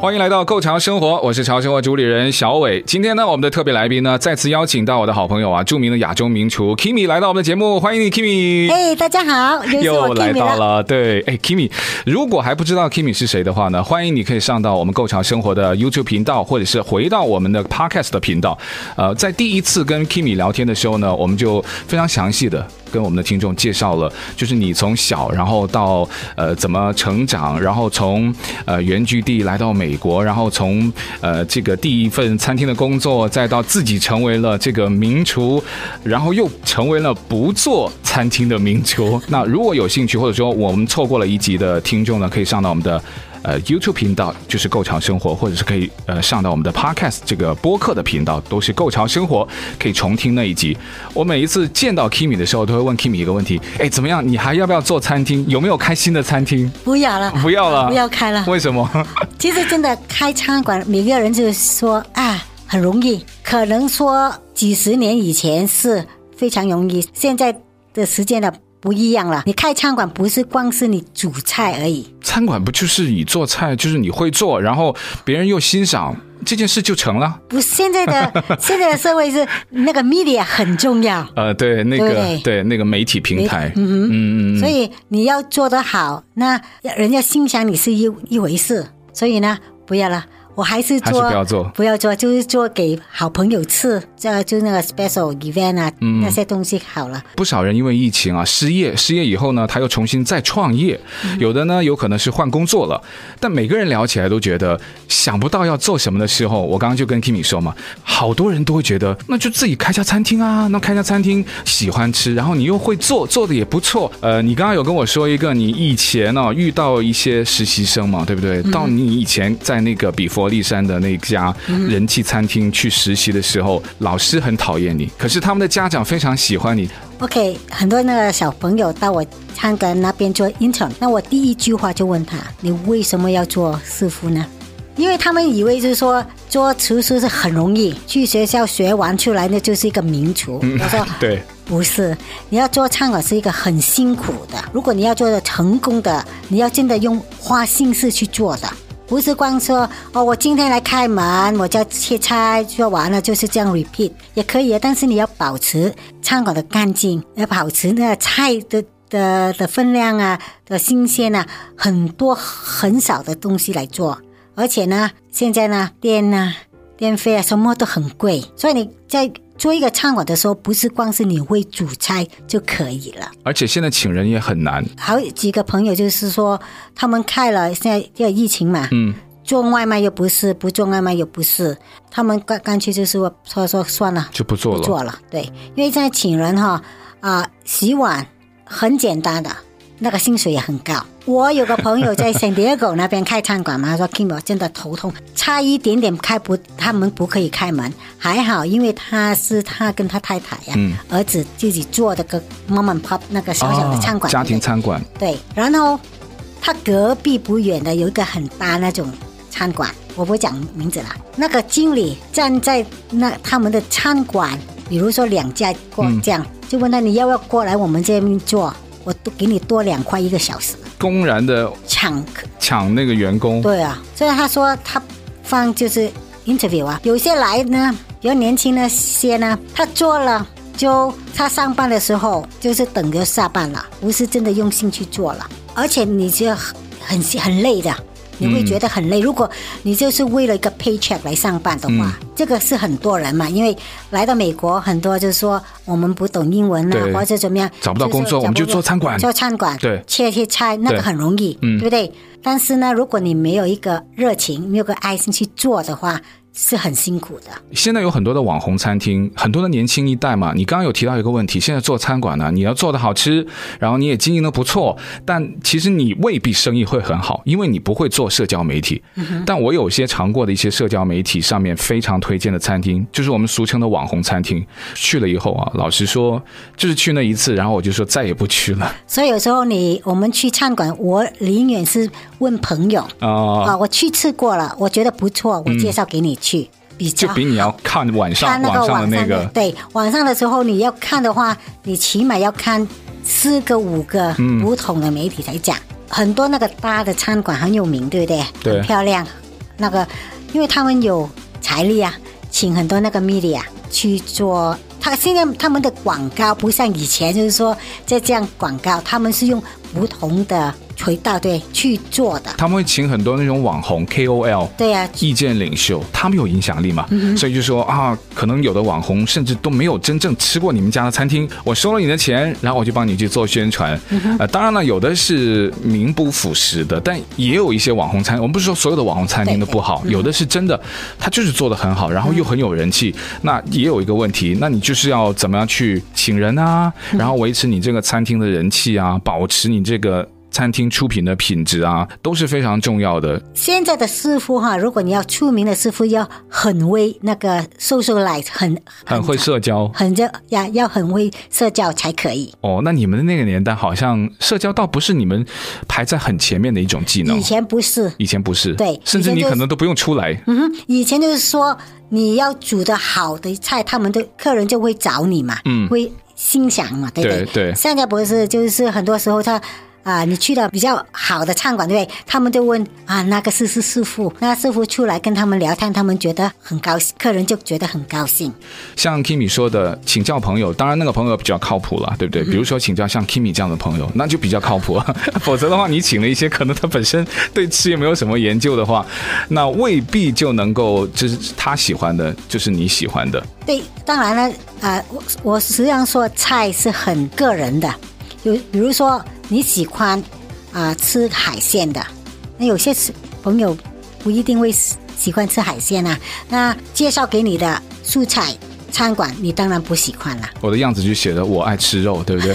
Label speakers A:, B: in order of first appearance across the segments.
A: 欢迎来到《购潮生活》，我是潮生活主理人小伟。今天呢，我们的特别来宾呢，再次邀请到我的好朋友啊，著名的亚洲名厨 Kimi 来到我们的节目，欢迎你，Kimi。
B: 哎、大家好，又是我
A: 又
B: Kimi
A: 来到
B: 了。
A: 了，对，哎，Kimi，如果还不知道 Kimi 是谁的话呢，欢迎你可以上到我们购潮生活的 YouTube 频道，或者是回到我们的 Podcast 的频道。呃，在第一次跟 Kimi 聊天的时候呢，我们就非常详细的跟我们的听众介绍了，就是你从小，然后到呃怎么成长，然后从呃原居地来到美国，然后从呃这个第一份餐厅的工作，再到自己成为了这个名厨，然后又成为了不做餐厅的名厨。那如果有兴趣，或者说我们错过了一集的听众呢，可以上到我们的。呃，YouTube 频道就是“购潮生活”，或者是可以呃上到我们的 Podcast 这个播客的频道，都是“购潮生活”，可以重听那一集。我每一次见到 Kimi 的时候，都会问 Kimi 一个问题：哎，怎么样？你还要不要做餐厅？有没有开新的餐厅？
B: 不要了，啊
A: 不要了，
B: 不要开 了。
A: 为什么？
B: 其实真的开餐馆，每个人就说啊，很容易。可能说几十年以前是非常容易，现在的时间呢不一样了。你开餐馆不是光是你煮菜而已，
A: 餐馆不就是你做菜，就是你会做，然后别人又欣赏这件事就成了。
B: 不，现在的 现在的社会是那个 media 很重要，
A: 呃，对，那个
B: 对
A: 那个媒体平台，嗯
B: 所以你要做得好，那人家欣赏你是一一回事。所以呢，不要了。我还是
A: 还是
B: 做，
A: 不要做
B: 不要做，就是做给好朋友吃，这就那个 special event 啊，
A: 嗯
B: 那些东西好了。
A: 不少人因为疫情啊失业，失业以后呢，他又重新再创业，有的呢有可能是换工作了。但每个人聊起来都觉得想不到要做什么的时候，我刚刚就跟 Kimi 说嘛，好多人都会觉得那就自己开家餐厅啊，那开家餐厅喜欢吃，然后你又会做，做的也不错。呃，你刚刚有跟我说一个，你以前呢、遇到一些实习生嘛，对不对？到你以前在那个比佛利山的那家人气餐厅去实习的时候，老师很讨厌你，可是他们的家长非常喜欢你。
B: OK，很多那个小朋友到我餐馆那边做 intern，那我第一句话就问他：“你为什么要做师傅呢？”因为他们以为就是说做厨师是很容易，去学校学完出来那就是一个名厨。
A: 嗯
B: 我说
A: 对，
B: 不是，你要做餐馆是一个很辛苦的。如果你要做的成功的，你要真的用花心思去做的，不是光说哦，我今天来开门，我就要切菜，做完了就是这样 repeat 也可以啊。但是你要保持餐馆的干净，要保持那个菜的。的的分量啊，的新鲜啊，很多很少的东西来做，而且呢，现在呢，店呢、电费啊，什么都很贵，所以你在做一个餐馆的时候，不是光是你会煮菜就可以了。
A: 而且现在请人也很难。
B: 好几个朋友就是说，他们开了现在要疫情嘛，嗯，做外卖又不是，不做外卖又不是，他们干干脆就是说说说算了，
A: 就不做了
B: 不做了。对，因为现在请人哈啊、洗碗很简单的，那个薪水也很高。我有个朋友在 San Diego 那边开餐馆嘛，他说 Kim 我真的头痛，差一点点开不，他们不可以开门。还好，因为他是他跟他太太呀、
A: 嗯
B: 儿子自己做的个 mom and pop 那个小小
A: 哦
B: 的餐馆、
A: 啊家庭餐馆，
B: 对，然后他隔壁不远的有一个很大那种餐馆，我不讲名字了。那个经理站在那他们的餐馆，比如说两家过嗯这样，就问他你要不要过来我们这边做，我都给你多两块一个小时，
A: 公然的
B: 抢客
A: 抢那个员工，
B: 对啊，所以他说他放就是 interview 啊，有些来呢比较年轻那些呢，他做了就他上班的时候就是等着下班了，不是真的用心去做了，而且你就很很很累的。你会觉得很累。如果你就是为了一个 paycheck 来上班的
A: 嗯
B: 话，这个是很多人嘛，因为来到美国，很多就是说我们不懂英文啊
A: 对，
B: 或者怎么样，
A: 找不到
B: 就是
A: 工作我们就
B: 找不到
A: 做餐馆
B: 做餐馆，
A: 对
B: 切切菜那
A: 对
B: 个很容易，对不对？但是呢，如果你没有一个热情，没有个爱心去做的话，是很辛苦的。
A: 现在有很多的网红餐厅，很多的年轻一代嘛。你刚刚有提到一个问题，现在做餐馆呢，啊你要做的好吃，然后你也经营的不错，但其实你未必生意会很好，因为你不会做社交媒体。
B: 嗯
A: 但我有些尝过的一些社交媒体上面非常推荐的餐厅，就是我们俗称的网红餐厅。去了以后啊，老实说，就是去那一次，然后我就说再也不去了
B: 所以有时候你我们去餐馆，我宁愿是问朋友
A: 啊、
B: 啊，我去吃过了，我觉得不错，我介绍给你去，比较
A: 就比你要看晚上
B: 啊看那
A: 网
B: 个
A: 上的
B: 网
A: 那
B: 上
A: 个
B: 的，对网上的时候，你要看的话，你起码要看四个五个
A: 嗯
B: 不同的媒体才讲。很多那个大的餐馆很有名，对不对？
A: 对
B: 很漂亮。那个，因为他们有财力啊，请很多那个 media 去做。他现在他们的广告不像以前，就是说在这样广告，他们是用不同的渠道对去做的。
A: 他们会请很多那种网红 KOL。
B: 对啊呀、
A: 意见领袖，他们有影响力嘛？所以就说啊，可能有的网红甚至都没有真正吃过你们家的餐厅，我收了你的钱，然后我就帮你去做宣传。呃，当然了，有的是名不副实的，但也有一些网红餐，我们不是说所有的网红餐厅都不好，有的是真的，他就是做的很好，然后又很有人气。那也有一个问题，那你就是要怎么样去请人啊，然后维持你这个餐厅的人气啊，保持你这个。餐厅出品的品质啊，都是非常重要的。
B: 现在的师傅哈，如果你要出名的师傅，要很会那个 social life，很
A: 很会社交，
B: 很这呀，要很会社交才可以。
A: 哦，那你们的那个年代好像社交倒不是你们排在很前面的一种技能，
B: 以前不是，
A: 以前不是，
B: 对
A: 甚至
B: 以前
A: 你
B: 就是
A: 可能都不用出来，
B: 嗯哼，以前就是说你要煮的好的菜，他们的客人就会找你嘛，嗯，会欣赏嘛，对不对？
A: 对对
B: 现在不是，就是很多时候他。啊，你去的比较好的餐馆，对不对？他们就问啊，那个是是师傅，那师傅出来跟他们聊天，他们觉得很高兴，客人就觉得很高兴。
A: 像 Kimi 说的，请教朋友，当然那个朋友比较靠谱了，对不对？
B: 嗯
A: 比如说请教像 Kimi 这样的朋友，那就比较靠谱，啊 否则的话，你请了一些可能他本身对吃也没有什么研究的话，那未必就能够就是他喜欢的，就是你喜欢的。
B: 对，当然了，啊、我我实际上说菜是很个人的，有比如说你喜欢啊、吃海鲜的，那有些是朋友不一定会喜喜欢吃海鲜啊，那介绍给你的蔬菜餐馆，你当然不喜欢啦。
A: 我的样子就写着我爱吃肉，对不 对？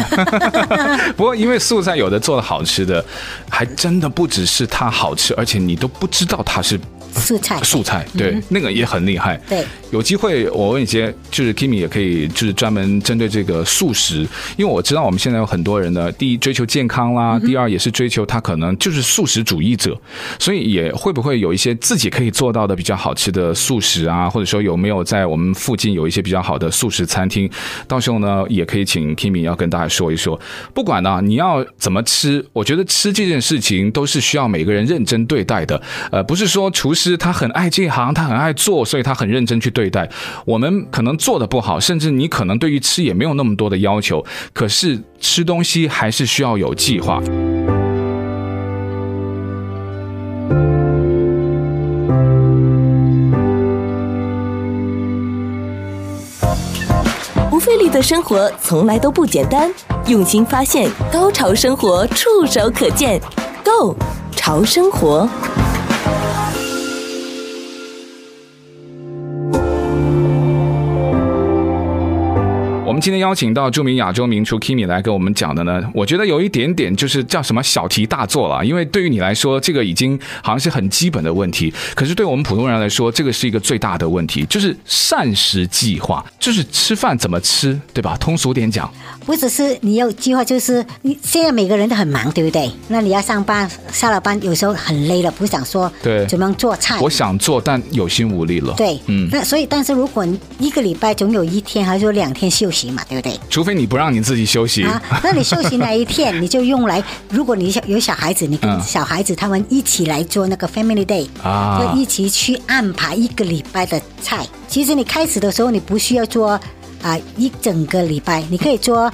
A: 不过因为素菜有的做的好吃的，还真的不只是它好吃，而且你都不知道它是
B: 蔬菜，
A: 啊
B: 嗯
A: 素菜，对，那个也很厉害。
B: 对，
A: 有机会我问一些，就是 Kimi 也可以，就是专门针对这个素食，因为我知道我们现在有很多人呢，第一追求健康啦，
B: 嗯
A: 第二也是追求他可能就是素食主义者，所以也会不会有一些自己可以做到的比较好吃的素食啊，或者说有没有在我们附近有一些比较好的素食餐厅，到时候呢也可以请 Kimi 要跟大家说一说，不管呢、你要怎么吃，我觉得吃这件事情都是需要每个人认真对待的。呃，不是说厨师他很爱这一行，他很爱做，所以他很认真去对待。我们可能做的不好，甚至你可能对于吃也没有那么多的要求，可是吃东西还是需要有计划。
C: 不费力的生活从来都不简单，用心发现，高潮生活触手可见 g o 潮生活。
A: 我们今天邀请到著名亚洲名厨 Kimi 来跟我们讲的呢，我觉得有一点点就是叫什么小题大做了，因为对于你来说，这个已经好像是很基本的问题，可是对我们普通人来说，这个是一个最大的问题，就是膳食计划，就是吃饭怎么吃，对吧？通俗点讲，
B: 不只是你有计划，就是你现在每个人都很忙，对不对？那你要上班，下了班有时候很累了，不想说
A: 对
B: 怎么样做菜。
A: 我想做，但有心无力了。
B: 对，
A: 嗯，
B: 那所以，但是如果你一个礼拜总有一天，还是有两天休息嘛，对不对？
A: 除非你不让你自己休息，
B: 啊，那你休息那一天，你就用来，如果你有小孩子，你跟
A: 嗯
B: 小孩子他们一起来做那个 family day，、
A: 啊
B: 就一起去安排一个礼拜的菜。其实你开始的时候，你不需要做啊、一整个礼拜，你可以做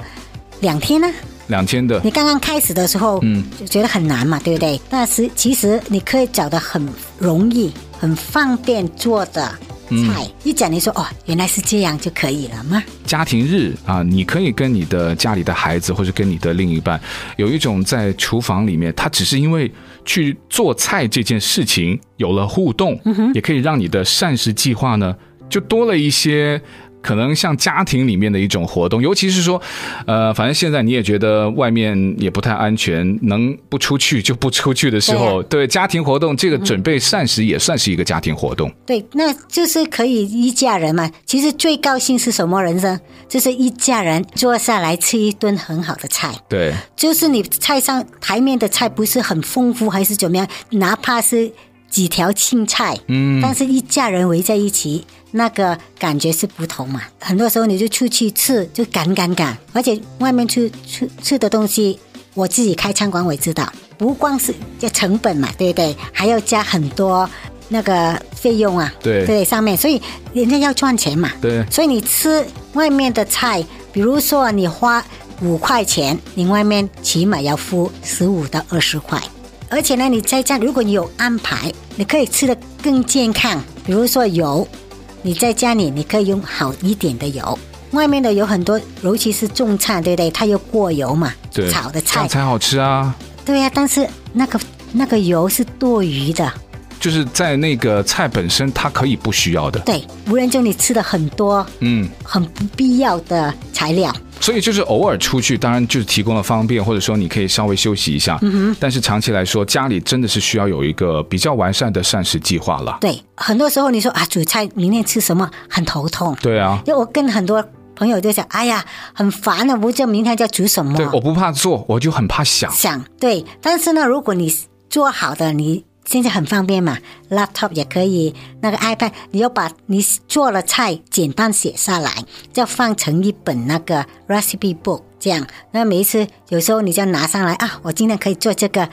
B: 两天呢、
A: 两天的
B: 你刚刚开始的时候，嗯，就觉得很难嘛，对不对？但是其实你可以找的很容易、很方便做的菜。一讲你说哦，原来是这样就可以了吗？
A: 家庭日啊，你可以跟你的家里的孩子或者跟你的另一半，有一种在厨房里面，他只是因为去做菜这件事情有了互动，
B: 嗯
A: 也可以让你的膳食计划呢就多了一些。可能像家庭里面的一种活动，尤其是说，呃，反正现在你也觉得外面也不太安全，能不出去就不出去的时候，对,、家庭活动这
B: 嗯
A: 个准备膳食也算是一个家庭活动。
B: 对，那就是可以一家人嘛。其实最高兴是什么人生？就是一家人坐下来吃一顿很好的菜。
A: 对，
B: 就是你菜上台面的菜不是很丰富，还是怎么样？哪怕是几条青菜，嗯，但是一家人围在一起，那个感觉是不同嘛。很多时候你就出去吃，就赶赶赶，而且外面去吃吃的东西，我自己开餐馆我也知道，不光是这成本嘛，对不对？还要加很多那个费用啊，
A: 对
B: 对上面，所以人家要赚钱嘛，
A: 对
B: 所以你吃外面的菜，比如说你花五块钱，你外面起码要付十五到二十块。而且呢，你在家如果你有安排，你可以吃的更健康。比如说油，你在家里你可以用好一点的油，外面的有很多，尤其是中餐，对不对？它有过油嘛，
A: 对，
B: 炒的
A: 这
B: 菜
A: 样，才好吃啊。
B: 对呀、但是那个那个油是多余的，
A: 就是在那个菜本身，它可以不需要的。
B: 对，无人就你吃的很多
A: 嗯，
B: 很不必要的材料。
A: 所以就是偶尔出去，当然就是提供了方便，或者说你可以稍微休息一下。嗯但是长期来说，家里真的是需要有一个比较完善的膳食计划了。
B: 对，很多时候你说啊，煮菜明天吃什么很头痛，
A: 对啊，
B: 因为我跟很多朋友就讲，哎呀，很烦啊，我不知道明天要煮什么。
A: 对，我不怕做，我就很怕想。
B: 想对，但是呢，如果你做好的，你现在很方便嘛，laptop 也可以，那个 iPad，你要把你做了菜简单写下来，再放成一本那个 recipe book，这样，那每一次有时候你就拿上来啊，我今天可以做这个，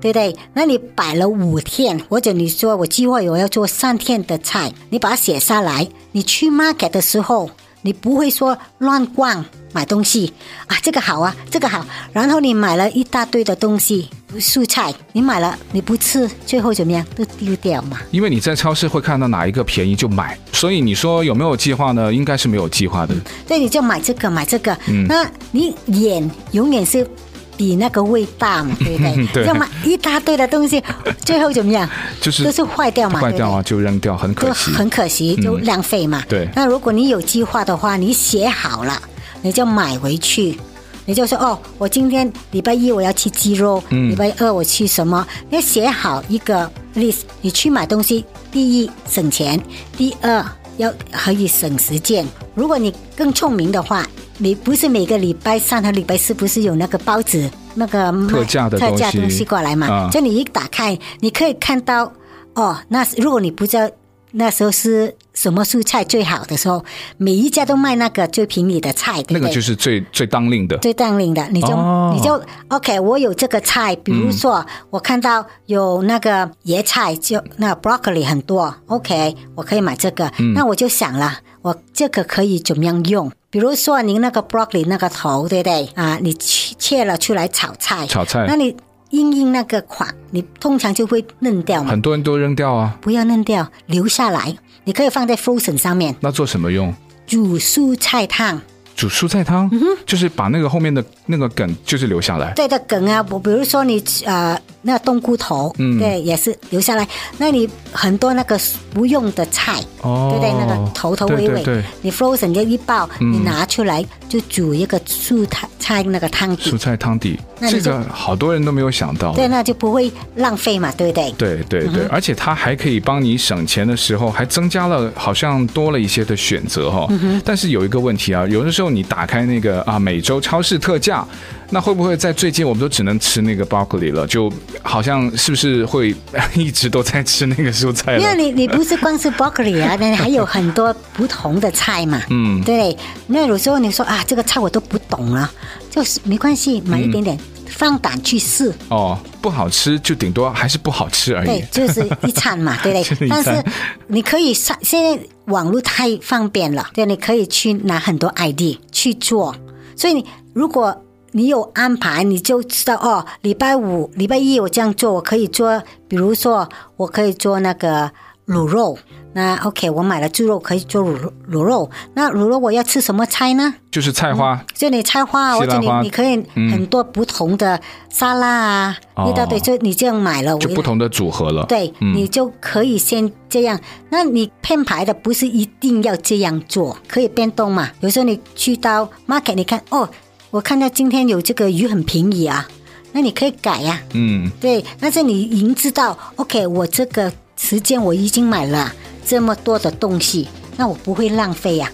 B: 对不对？那你摆了五天，或者你说我计划我要做三天的菜，你把它写下来，你去 market 的时候。你不会说乱逛买东西啊，这个好啊，这个好，然后你买了一大堆的东西，蔬菜你买了你不吃，最后怎么样都丢掉嘛。
A: 因为你在超市会看到哪一个便宜就买，所以你说有没有计划呢？应该是没有计划的。
B: 对，你就买这个买这个，
A: 嗯
B: 那你眼永远是比那个胃大嘛，对不
A: 对
B: 对？要买一大堆的东西，最后怎么样？
A: 就是
B: 都是坏掉嘛，
A: 坏
B: 对不
A: 掉
B: 对
A: 啊，就扔掉，很可
B: 都
A: 惜。嗯
B: 很可惜，就浪费嘛。
A: 对
B: 那如果你有计划的话，你写好了，你就买回去，你就说哦，我今天礼拜一我要吃鸡肉，
A: 嗯
B: 礼拜二我吃什么？你写好一个 list，你去买东西，第一省钱，第二要可以省时间。如果你更聪明的话，你不是每个礼拜三和礼拜四不是有那个包子那个卖
A: 特价的
B: 特
A: 东
B: 价
A: 西
B: 东西过来嘛？
A: 啊
B: 就你一打开，你可以看到哦，那时如果你不知道那时候是什么蔬菜最好的时候，每一家都卖那个最便宜的菜，对
A: 那
B: 不
A: 个
B: 对？
A: 就是最最当令的。
B: 最当令的，你就、
A: 哦嗯
B: 你就 OK。我有这个菜，比如说、我看到有那个椰菜，就那 broccoli 很多，OK，我可以买这个。
A: 嗯
B: 那我就想了，我这个可以怎么样用？比如说您那个 broccoli 那个头，对不对啊？你切切了出来炒菜，
A: 炒菜
B: 那你硬硬那个款，你通常就会嫩掉嘛。
A: 很多人都扔掉啊，
B: 不要扔掉，留下来，你可以放在 frozen 上面
A: 那做什么用？
B: 煮蔬菜汤。
A: 煮蔬菜汤，就是把那个后面的那个梗就是留下来。
B: 对的梗啊，我比如说你呃那冬菇头，
A: 嗯
B: 对，也是留下来。那你很多那个不用的菜，
A: 哦
B: 对不对？那个头头尾
A: 对
B: 尾，
A: 对对嗯
B: 你 frozen 就一爆，你拿出来就煮一个蔬菜菜那个汤底
A: 蔬，菜汤底，
B: 那
A: 这
B: 你就
A: 个好多人都没有想到。
B: 对，嗯那就不会浪费嘛，对不对？
A: 对对对，而且它还可以帮你省钱的时候，还增加了好像多了一些的选择哈、
B: 嗯
A: 但是有一个问题啊，有的时候你打开那个啊每周超市特价，那会不会在最近我们都只能吃那个 broccoli 了？就好像是不是会 一直都在吃那个蔬菜
B: 因为
A: 了？
B: 你你不是光是 broccoli 啊，那还有很多不同的菜嘛。嗯，对。那有时候你说啊，这个菜我都不懂了，就是没关系，买一点点，放胆去试。
A: 哦，不好吃就顶多还是不好吃而已
B: 对，。就是一 餐嘛，对不
A: 就是一
B: 对？
A: 餐
B: 但是你可以上，现在网络太方便了，对，你可以去拿很多 ID 去做。所以你如果你有安排，你就知道哦，礼拜五、礼拜一我这样做，我可以做，比如说我可以做那个卤肉。那 OK，我买了猪肉可以做卤卤肉。那卤肉我要吃什么菜呢？
A: 就是菜花，
B: 就你菜花，
A: 嗯西
B: 或
A: 兰
B: 者你
A: 花嗯
B: 你可以很多不同的沙拉啊，
A: 哦
B: 一大堆。就你这样买了，
A: 就
B: 我
A: 不同的组合了。嗯
B: 对、你就可以先这样。那你骗牌的不是一定要这样做，可以变动嘛。有时候你去到 market，你看哦，我看到今天有这个鱼很便宜啊，那你可以改啊呀、
A: 嗯，
B: 对，但是你已经知道，OK，我这个时间我已经买了这么多的东西，那我不会浪费呀、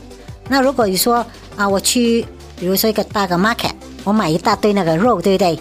B: 那如果你说啊，我去，比如说一个大个 market，我买一大堆那个肉，对不对？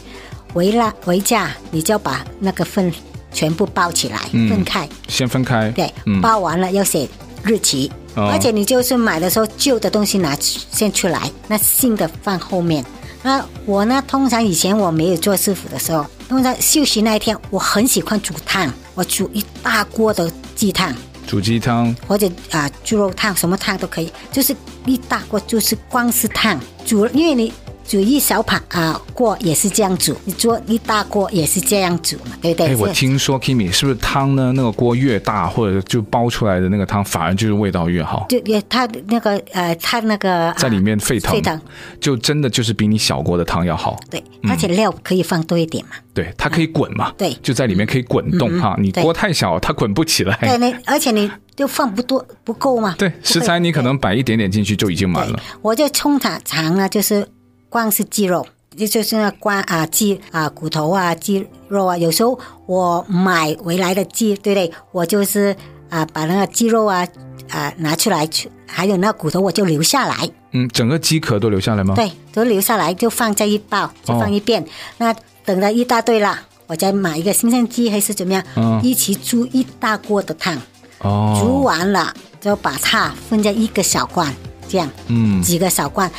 B: 回来回家，你就要把那个份全部包起来，
A: 嗯
B: 分开，
A: 先分开。
B: 对，
A: 嗯，
B: 包完了要写日期。
A: 哦
B: 而且你就是买的时候旧的东西拿去先出来，那新的放后面。那我呢，通常以前我没有做师傅的时候，通常休息那一天，我很喜欢煮汤，我煮一大锅的鸡汤
A: 煮鸡汤，
B: 或者啊、猪肉汤，什么汤都可以，就是一大锅，就是光是汤煮，因为你煮一小盘啊、锅也是这样煮，你做一大锅也是这样煮嘛，对不对？
A: 哎，我
B: 是
A: 听说 Kimi 是不是汤呢？那个锅越大，或者就煲出来的那个汤，反而就是味道越好，
B: 就也它那个呃，它那个、啊
A: 在里面沸腾，
B: 沸腾，
A: 就真的就是比你小锅的汤要好。
B: 对，而且料可以放多一点嘛。
A: 对，它可以滚嘛，
B: 啊对嗯
A: 就在里面可以滚动哈。你
B: 对
A: 锅太小，它滚不起
B: 对，
A: 来。
B: 那而且你就放不多不够嘛。
A: 哎 对
B: 不，会
A: 食材你可能摆一点点进去就已经满
B: 对
A: 了。，
B: 我就通常常啊，就是光是鸡肉，就就是那光啊鸡啊骨头啊鸡肉啊，有时候我买回来的鸡，对不对？我就是啊把那个鸡肉啊啊拿出来去，还有那骨头我就留下来，
A: 嗯，整个鸡壳都留下来吗？，
B: 对，都留下来就放在一包，
A: 哦
B: 就放一边。那等到一大堆了，我再买一个新鲜鸡还是怎么样，
A: 嗯
B: 一起煮一大锅的汤。煮
A: 哦，
B: 完了就把它分在一个小罐，这样
A: 嗯
B: 几个小罐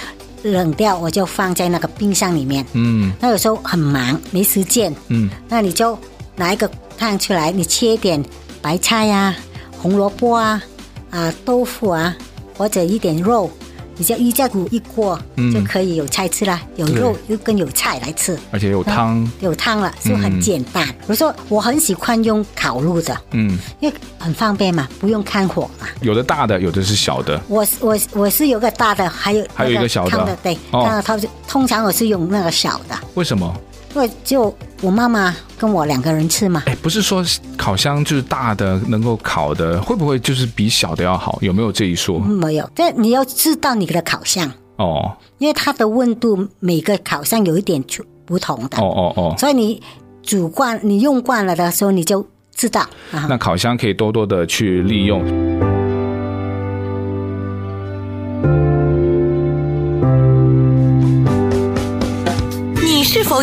B: 冷掉，我就放在那个冰箱里面。
A: 嗯
B: 那有时候很忙没时间，
A: 嗯，
B: 那你就拿一个烫出来，你切一点白菜呀、红萝卜啊、啊豆腐啊，或者一点肉，你就一下骨一锅、
A: 嗯
B: 就可以有菜吃啦，有肉又跟有菜来吃。
A: 而且有汤，
B: 有汤了，就很
A: 嗯
B: 简单。我说我很喜欢用烤炉的，
A: 嗯，
B: 因为很方便嘛，不用看火嘛。
A: 有的大的，有的是小的。
B: 我是我是我是有个大的，还有
A: 还有一个小的
B: 那烫对，
A: 哦
B: 那它就通常我是用那个小的，
A: 为什么？
B: 因为就我妈妈跟我两个人吃嘛。
A: 哎，不是说烤箱就是大的能够烤的，会不会就是比小的要好？有没有这一说？
B: 没有，但你要知道你的烤箱，
A: 哦
B: 因为它的温度每个烤箱有一点出不同的，
A: 哦哦哦，
B: 所以你煮惯你用惯了的时候你就知道啊。
A: 那烤箱可以多多的去利用。
C: 你是否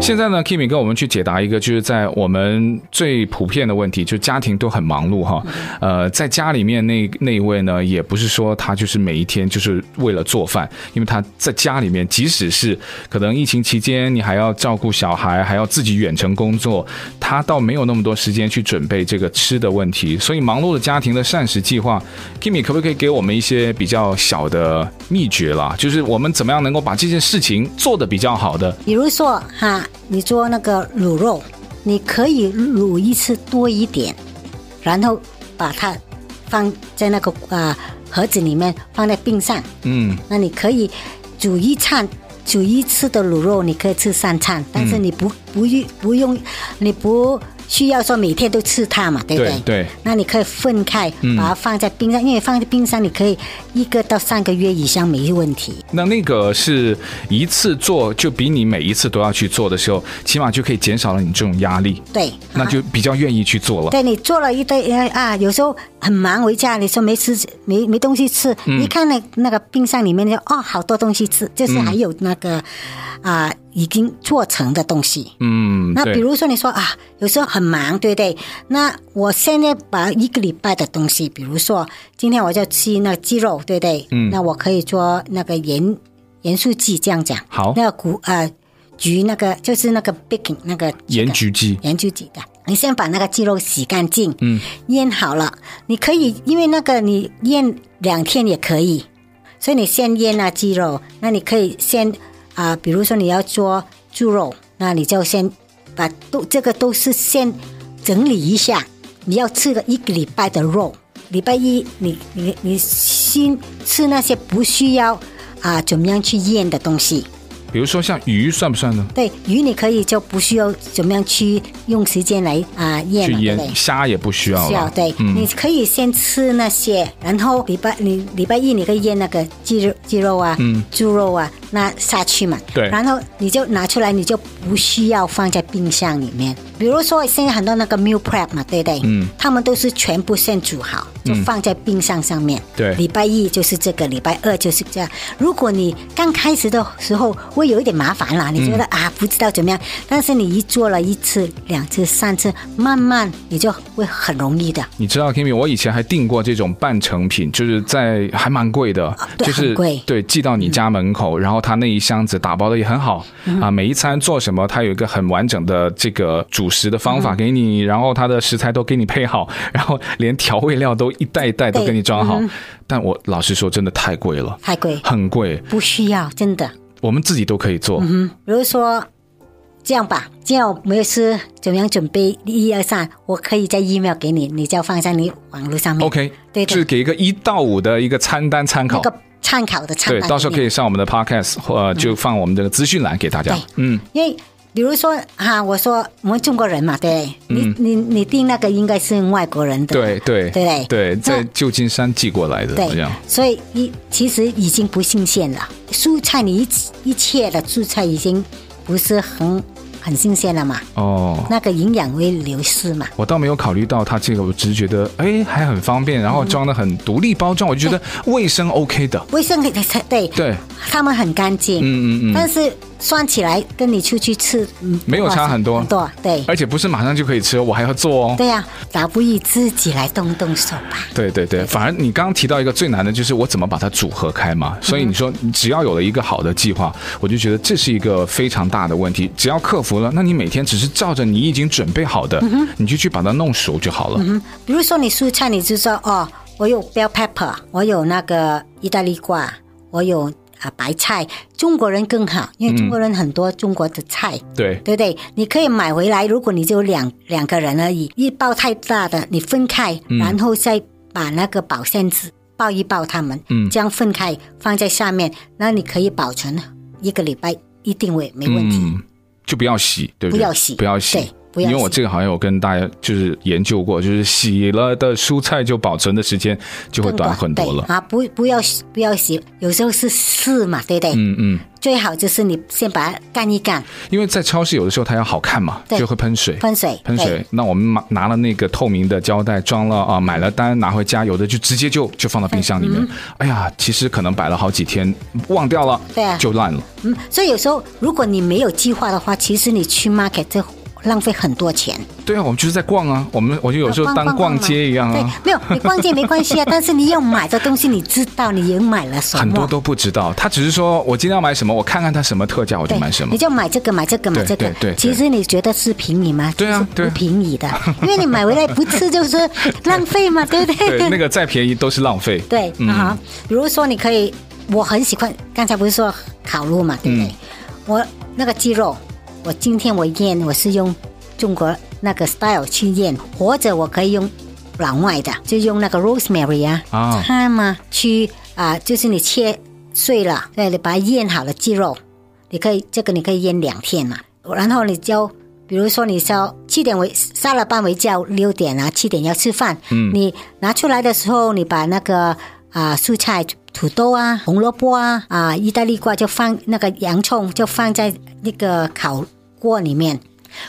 A: 现在呢，Kimi 跟我们去解答一个，就是在我们最普遍的问题，就家庭都很忙碌哈。呃，在家里面那那一位呢，也不是说他就是每一天就是为了做饭，因为他在家里面，即使是可能疫情期间，你还要照顾小孩，还要自己远程工作，他倒没有那么多时间去准备这个吃的问题。所以，忙碌的家庭的膳食计划，Kimi 可不可以给我们一些比较小的秘诀啦？就是我们怎么样能够把这件事情做得比较好的？
B: 比如说哈，你做那个卤肉，你可以卤一次多一点，然后把它放在那个啊、盒子里面，放在冰上。
A: 嗯。
B: 那你可以煮一餐，煮一次的卤肉，你可以吃三餐，但是你不不用不用，你不需要说每天都吃它嘛，对不哎对？
A: 对对
B: 那你可以分开
A: 嗯，
B: 把它放在冰箱，因为放在冰箱你可以一个到三个月以上没问题。
A: 那那个是一次做，就比你每一次都要去做的时候，起码就可以减少了你这种压力，
B: 对，
A: 那就比较愿意去做了。
B: 啊对你做了一堆呃啊，有时候很忙回家，你说没吃没没东西吃，
A: 嗯
B: 一看那那个冰箱里面就哦好多东西吃，就是还有那个啊、已经做成的东西。
A: 嗯，
B: 那
A: 对
B: 比如说你说啊，有时候很忙，对不对？那我现在把一个礼拜的东西，比如说今天我就吃那个鸡肉，对不对？嗯，那我可以做那个盐盐酥鸡，这样讲。
A: 好
B: 那个谷呃焗那个就是那个 baking 那个
A: 盐焗鸡，
B: 盐焗鸡的。你先把那个鸡肉洗干净，嗯，腌好了。你可以，因为那个你腌两天也可以，所以你先腌那鸡肉，那你可以先啊、比如说你要做猪肉，那你就先把都这个都是先整理一下，你要吃个一个礼拜的肉。礼拜一你你你先吃那些不需要啊、怎么样去腌的东西，
A: 比如说像鱼算不算呢？
B: 对鱼你可以就不需要怎么样去用时间来啊、腌
A: 去
B: 了，对不对
A: 腌？虾也不需要
B: 是啊
A: 了，，嗯
B: 对，你可以先吃那些，然后礼拜你礼拜一你可以腌那个鸡肉鸡肉啊，猪肉啊，那下去嘛，
A: 嗯对
B: 然后你就拿出来，你就不需要放在冰箱里面。比如说现在很多那个 meal prep 嘛，对不对？嗯，他们都是全部先煮好，就
A: 嗯
B: 放在冰箱上面。
A: 对
B: 礼拜一就是这个，礼拜二就是这样。如果你刚开始的时候会有一点麻烦啦，你觉得、
A: 嗯
B: 啊不知道怎么样，但是你一做了一次、两次、三次，慢慢你就会很容易的。
A: 你知道 Kimi，我以前还订过这种半成品，就是在还蛮贵的，
B: 啊对
A: 就是
B: 很贵嗯
A: 对寄到你家门口，然后它那一箱子打包的也很好、啊，每一餐做什么，它有一个很完整的这个主食的方
B: 嗯
A: 法给你，然后它的食材都给你配好， 然后连调味料都一袋一袋都给你装
B: 嗯
A: 好。但我老实说，真的太贵了，
B: 太贵，
A: 很贵，
B: 不需要，真的。
A: 我们自己都可以做。
B: 比如说，这样吧，这样我没事，怎么样准备一二三，我可以在 email 给你，你就放在你网络上面。
A: OK，
B: 对
A: 就是
B: 的，
A: 给一个一到五的一个餐单参考。
B: 那个参考的参考
A: 对，
B: 里面。
A: 到时候可以上我们的 podcast，呃，就放我们这个资讯栏给大家
B: 对。
A: 嗯，
B: 因为比如说哈、我说我们中国人嘛，对，你你你订那个应该是外国人的，
A: 嗯对对
B: 对不
A: 对，在
B: 那
A: 旧金山寄过来的，好
B: 对
A: 像，
B: 所以一其实已经不新鲜了。蔬菜你一一切的蔬菜已经不是很很新鲜了嘛，
A: 哦。
B: 那个营养会流失嘛。
A: 我倒没有考虑到它这个，我只是觉得哎还很方便，然后装的很独立包装，我就觉得卫生 OK 的。
B: 卫生对
A: 对，
B: 他们很干净，
A: 嗯嗯嗯
B: 但是算起来跟你出去吃，嗯，
A: 没有差很多哎
B: 很多，对，
A: 而且不是马上就可以吃，我还要做哦。
B: 对呀、倒不如自己来动动手吧。
A: 对对对，反而你刚刚提到一个最难的就是我怎么把它组合开嘛，所以你说你只要有了一个好的计划，我就觉得这是一个非常大的问题。只要克服了，那你每天只是照着你已经准备好的，你就去把它弄熟就好了。
B: 比如说你蔬菜，你就说哦，我有 bell pepper，我有那个意大利瓜，我有啊白菜。中国人更好，因为中国人很多中国的菜，
A: 对，
B: 对不对？你可以买回来，如果你只有两两个人而已，一包太大的你分开，
A: 嗯
B: 然后再把那个保鲜纸抱一抱它们，
A: 嗯
B: 这样分开放在下面，那你可以保存一个礼拜，一定会没问题。
A: 嗯，就不要洗，对不对？
B: 不要洗
A: 不要洗，
B: 对不要洗
A: 因为我这个好像有跟大家就是研究过，就是洗了的蔬菜就保存的时间就会
B: 更
A: 短很多
B: 对
A: 了。
B: 啊！不，不要洗不要洗，有时候是试嘛，对不对？
A: 嗯嗯，
B: 最好就是你先把它干一干，
A: 因为在超市有的时候它要好看嘛，
B: 对
A: 就会喷水。
B: 喷水，哎
A: 喷水，那我们拿拿了那个透明的胶带装了啊，买了单拿回家，有的就直接就就放到冰箱里
B: 嗯
A: 面。哎呀，其实可能摆了好几天，忘掉了，
B: 对啊
A: 就烂了。
B: 对。嗯，所以有时候如果你没有计划的话，其实你去 market 就浪费很多钱。
A: 对啊，我们就是在逛啊，我们我就有时候当逛街一样
B: 对
A: 啊，，
B: 没有你逛街没 关系啊，但是你要买的东西，你知道你也买了什么，
A: 很多都不知道。他只是说我今天要买什么，我看看它什么特价，我就
B: 对
A: 买什么
B: 你。就买这个买这个
A: 对
B: 买这个。
A: 对对对
B: 其实你觉得是便宜吗？
A: 对啊
B: 其
A: 对
B: 实
A: 啊
B: 不便宜的，因为你买回来不吃就是浪费嘛，对不对？
A: 对，那个再便宜都是浪费。
B: 对啊、比如说你可以，我很喜欢，刚才不是说烤肉嘛，对不对？我那个鸡肉，我今天我腌，我是用中国那个 style 去腌，或者我可以用老外的，就用那个 rosemary 啊，
A: 啊
B: 它嘛去啊、就是你切碎了，对，你把它腌好了鸡肉，你可以这个你可以腌两天嘛，然后你就。比如说，你说七点为下了班回家，六点啊七点要吃饭，你拿出来的时候，你把那个啊、蔬菜、土豆啊、红萝卜啊啊、意大利瓜就放那个洋葱就放在那个烤锅里面，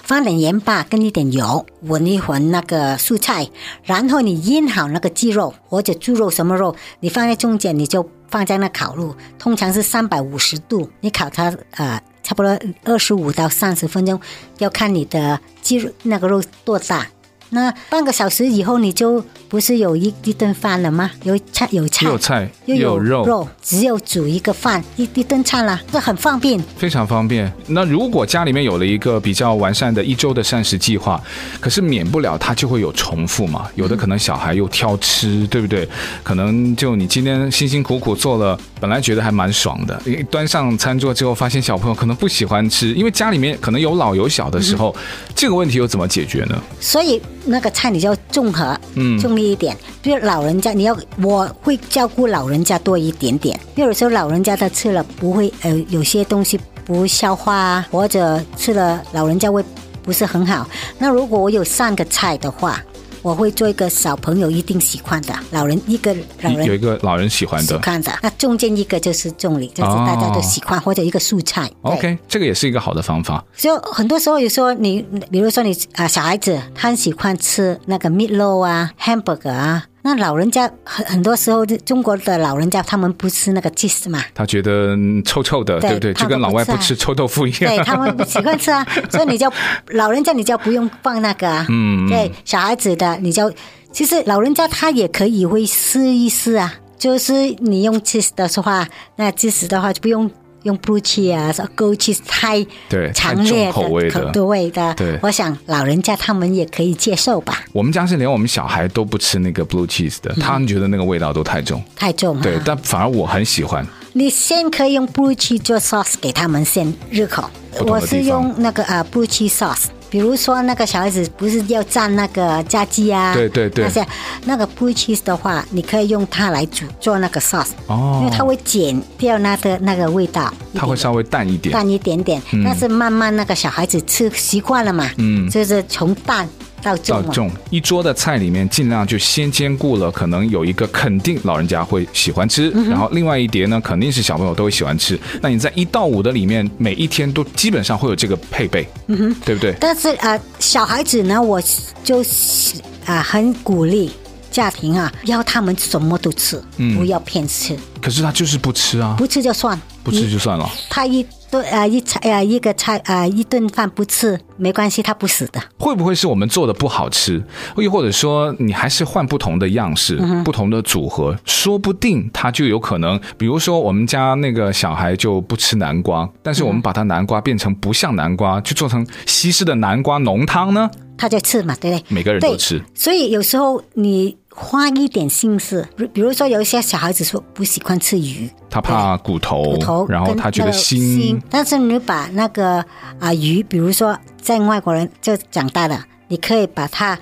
B: 放点盐巴跟一点油，闻一闻那个蔬菜，然后你腌好那个鸡肉或者猪肉什么肉，你放在中间，你就放在那烤炉，通常是三百五十度，你烤它呃差不多二十五到三十分钟，要看你的肌肉那个肉多大。那半个小时以后，你就不是有一一顿饭了吗？有菜有菜，
A: 又有菜
B: 又
A: 又有
B: 有
A: 肉
B: 只有煮一个饭一一顿菜啦，这很方便。
A: 非常方便。那如果家里面有了一个比较完善的一周的膳食计划，可是免不了它就会有重复嘛。有的可能小孩又挑吃，对不对？可能就你今天辛辛苦苦做了，本来觉得还蛮爽的，诶端上餐桌之后发现小朋友可能不喜欢吃，因为家里面可能有老有小的时候，这个问题又怎么解决呢？
B: 所以那个菜你就要综合，
A: 嗯
B: 重力一点。比如老人家，你要我会照顾老人家多一点点。比如说老人家他吃了不会，呃，有些东西不消化啊，或者吃了老人家胃不是很好。那如果我有三个菜的话，我会做一个小朋友一定喜欢的，老人一个嗯老
A: 有一
B: 人。
A: 个老人喜欢
B: 喜
A: 的。
B: 欢的，那中间一个就是重力，就是大家都喜欢，或者一个蔬菜。对
A: OK，这个也是一个好的方法。
B: 所以很多时候，有时候你，比如说你啊，小孩子他很喜欢吃那个 meat roll 啊，hamburger 啊。那老人家很很多时候，中国的老人家他们不吃那个 cheese 嘛，
A: 他觉得嗯臭臭的，
B: 对
A: 对不对？
B: 怕
A: 就跟
B: 都
A: 老
B: 不
A: 外
B: 吃
A: 不
B: 啊
A: 吃臭豆 腐一样。
B: 对他们不喜欢吃啊，所以你就老人家你就不用放那个啊，
A: 嗯嗯
B: 对小孩子的你就其实老人家他也可以会试一试啊，就是你用 cheese 的话，那 cheese 的话就不用。用 blue cheese 啊，goat cheese 太
A: 对太
B: 强烈
A: 重口味的
B: 口对味的，
A: 对
B: 我想老人家他们也可以接受吧，
A: 我们家是连我们小孩都不吃那个 blue cheese
B: 嗯
A: 的，他们觉得那个味道都太重。
B: 太重了。
A: 对，但反而我很喜欢。
B: 你先可以用 blue cheese 做 sauce 给他们先入口。
A: 不同的
B: 我是
A: 地方
B: 用那个呃 blue cheese sauce，比如说那个小孩子不是要蘸那个炸鸡啊，
A: 对对对
B: 那些那个 blue cheese 的话，你可以用它来煮做那个 sauce，、
A: 哦
B: 因为它会减掉那个那个味道，
A: 它会稍微淡一点。嗯
B: 淡一点点，但是慢慢那个小孩子吃习惯了嘛，嗯，就是从淡到啊重
A: 到
B: 嘛。
A: 重一桌的菜里面，尽量就先兼顾了，可能有一个肯定老人家会喜欢吃，
B: 嗯
A: 然后另外一碟呢肯定是小朋友都会喜欢吃。那你在一到五的里面，每一天都基本上会有这个配备，
B: 嗯
A: 对不对？
B: 但是呃，小孩子呢，我就是啊、很鼓励家庭啊，要他们什么都吃，
A: 嗯
B: 不要偏吃，
A: 可是他就是不吃啊，
B: 不吃就算，
A: 不吃就算了。
B: 他一顿呃一菜呃一个菜呃一顿饭不吃没关系，他不死的。
A: 会不会是我们做的不好吃，又或者说你还是换不同的样式、
B: 嗯
A: 不同的组合，说不定它就有可能。比如说我们家那个小孩就不吃南瓜，但是我们把它南瓜变成不像南瓜，就做成西式的南瓜浓汤呢？
B: 他就吃嘛，对不对？
A: 每个人都
B: 对
A: 吃。
B: 所以有时候你花一点心思，比比如说有一些小孩子说不喜欢吃鱼，
A: 他怕骨头，
B: 骨头，
A: 哦然后他觉得
B: 心。
A: 腥，
B: 但是你把那个啊、鱼，比如说在外国人就长大的，你可以把它啊、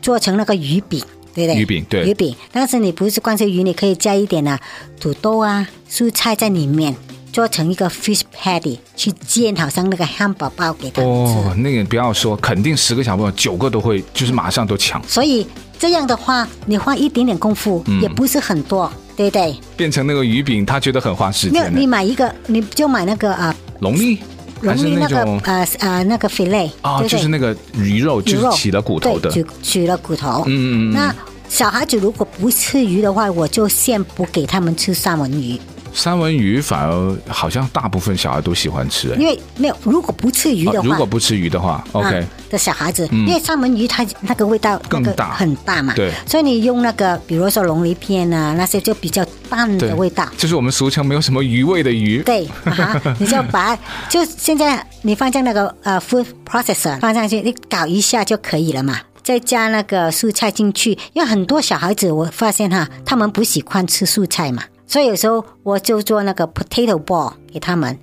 B: 做成那个鱼饼，对不对？
A: 鱼饼对
B: 鱼饼。但是你不是光吃鱼，你可以加一点啊土豆啊蔬菜在里面，做成一个 fish patty 去煎，好像那个汉堡包给他们吃。
A: 哦，那个不要说，肯定十个小朋友九个都会，就是马上都抢，
B: 所以这样的话，你花一点点功夫，
A: 嗯
B: 也不是很多，对不对？
A: 变成那个鱼饼，他觉得很花时
B: 那
A: 间
B: 你
A: 的。
B: 买一个，你就买那个啊。
A: 龙利还
B: 容
A: 是
B: 易
A: 那
B: 那个
A: 种
B: 呃呃那个 fillet
A: 啊，
B: 对不对
A: 就是那个鱼肉，就
B: 鱼
A: 是
B: 肉
A: 起了骨头的，
B: 对取取了骨头。
A: 嗯嗯嗯
B: 那小孩子如果不吃鱼的话，我就先不给他们吃三文鱼，
A: 三文鱼反而好像大部分小孩都喜欢吃、哎
B: 因为没有如果不吃鱼
A: 啊
B: 的话，
A: 如果不吃鱼的话，OK，、嗯
B: 啊的小孩子，因为三文鱼它那个味道
A: 更
B: 那个
A: 大
B: 很大嘛，
A: 对
B: 所以你用那个比如说龙鳞片啊那些就比较淡
A: 对
B: 的嗯味道。
A: 就是我们俗称没有什么鱼味的鱼。
B: 对，啊哈你就把就现在你放在那个呃 food processor 放上去，你搞一下就可以了嘛。再加那个蔬菜进去，因为很多小孩子我发现哈，他们不喜欢吃蔬菜嘛，所以有时候我就做那个 potato ball 给他们，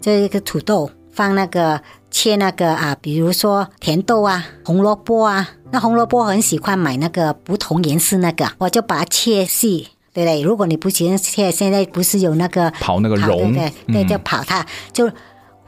B: 就是一个土豆放那个切那个啊，比如说甜豆啊、红萝卜啊，那红萝卜很喜欢买那个不同颜色那个，我就把它切细。对不对？如果你不喜欢切，现在不是有那个
A: 刨那个
B: 刨
A: 蓉嗯
B: 对不对对，就跑它就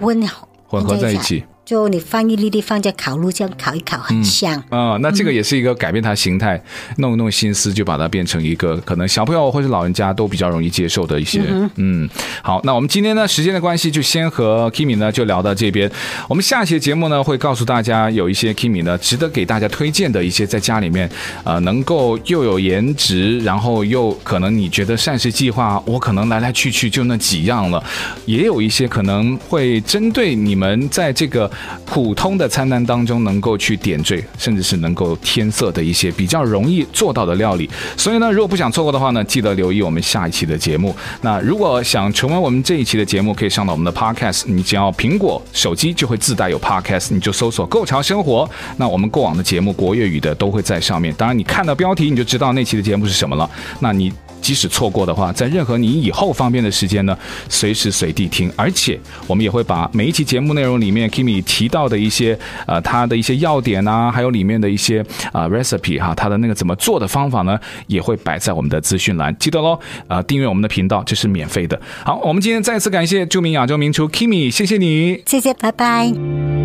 B: 温
A: 混合在一
B: 下
A: 起，
B: 就你放一粒粒放在烤炉这样烤一烤，很香。
A: 啊、那这个也是一个改变他形态，弄一弄心思就把它变成一个可能小朋友或是老人家都比较容易接受的一些。嗯好，那我们今天呢时间的关系，就先和 Kimi 呢就聊到这边。我们下期的节目呢会告诉大家有一些 Kimi 呢值得给大家推荐的一些在家里面呃能够又有颜值，然后又可能你觉得膳食计划我可能来来去去就那几样了，也有一些可能会针对你们在这个普通的餐单当中能够去点缀，甚至是能够添色的一些比较容易做到的料理。所以呢，如果不想错过的话呢，记得留意我们下一期的节目。那如果想重温我们这一期的节目，可以上到我们的 Podcast，你只要苹果手机就会自带有 Podcast，你就搜索“购潮生活”。那我们过往的节目，国粤语的都会在上面。当然，你看到标题你就知道那期的节目是什么了。那你。即使错过的话，在任何你以后方便的时间呢，随时随地听。而且我们也会把每一期节目内容里面 Kimi 提到的一些呃他的一些要点啊，还有里面的一些啊、呃 recipe 哈、他的那个怎么做的方法呢，也会摆在我们的资讯栏，记得喽。啊、订阅我们的频道，这是免费的。好，我们今天再次感谢著名亚洲名厨 Kimi，谢谢你。
B: 谢谢，拜拜。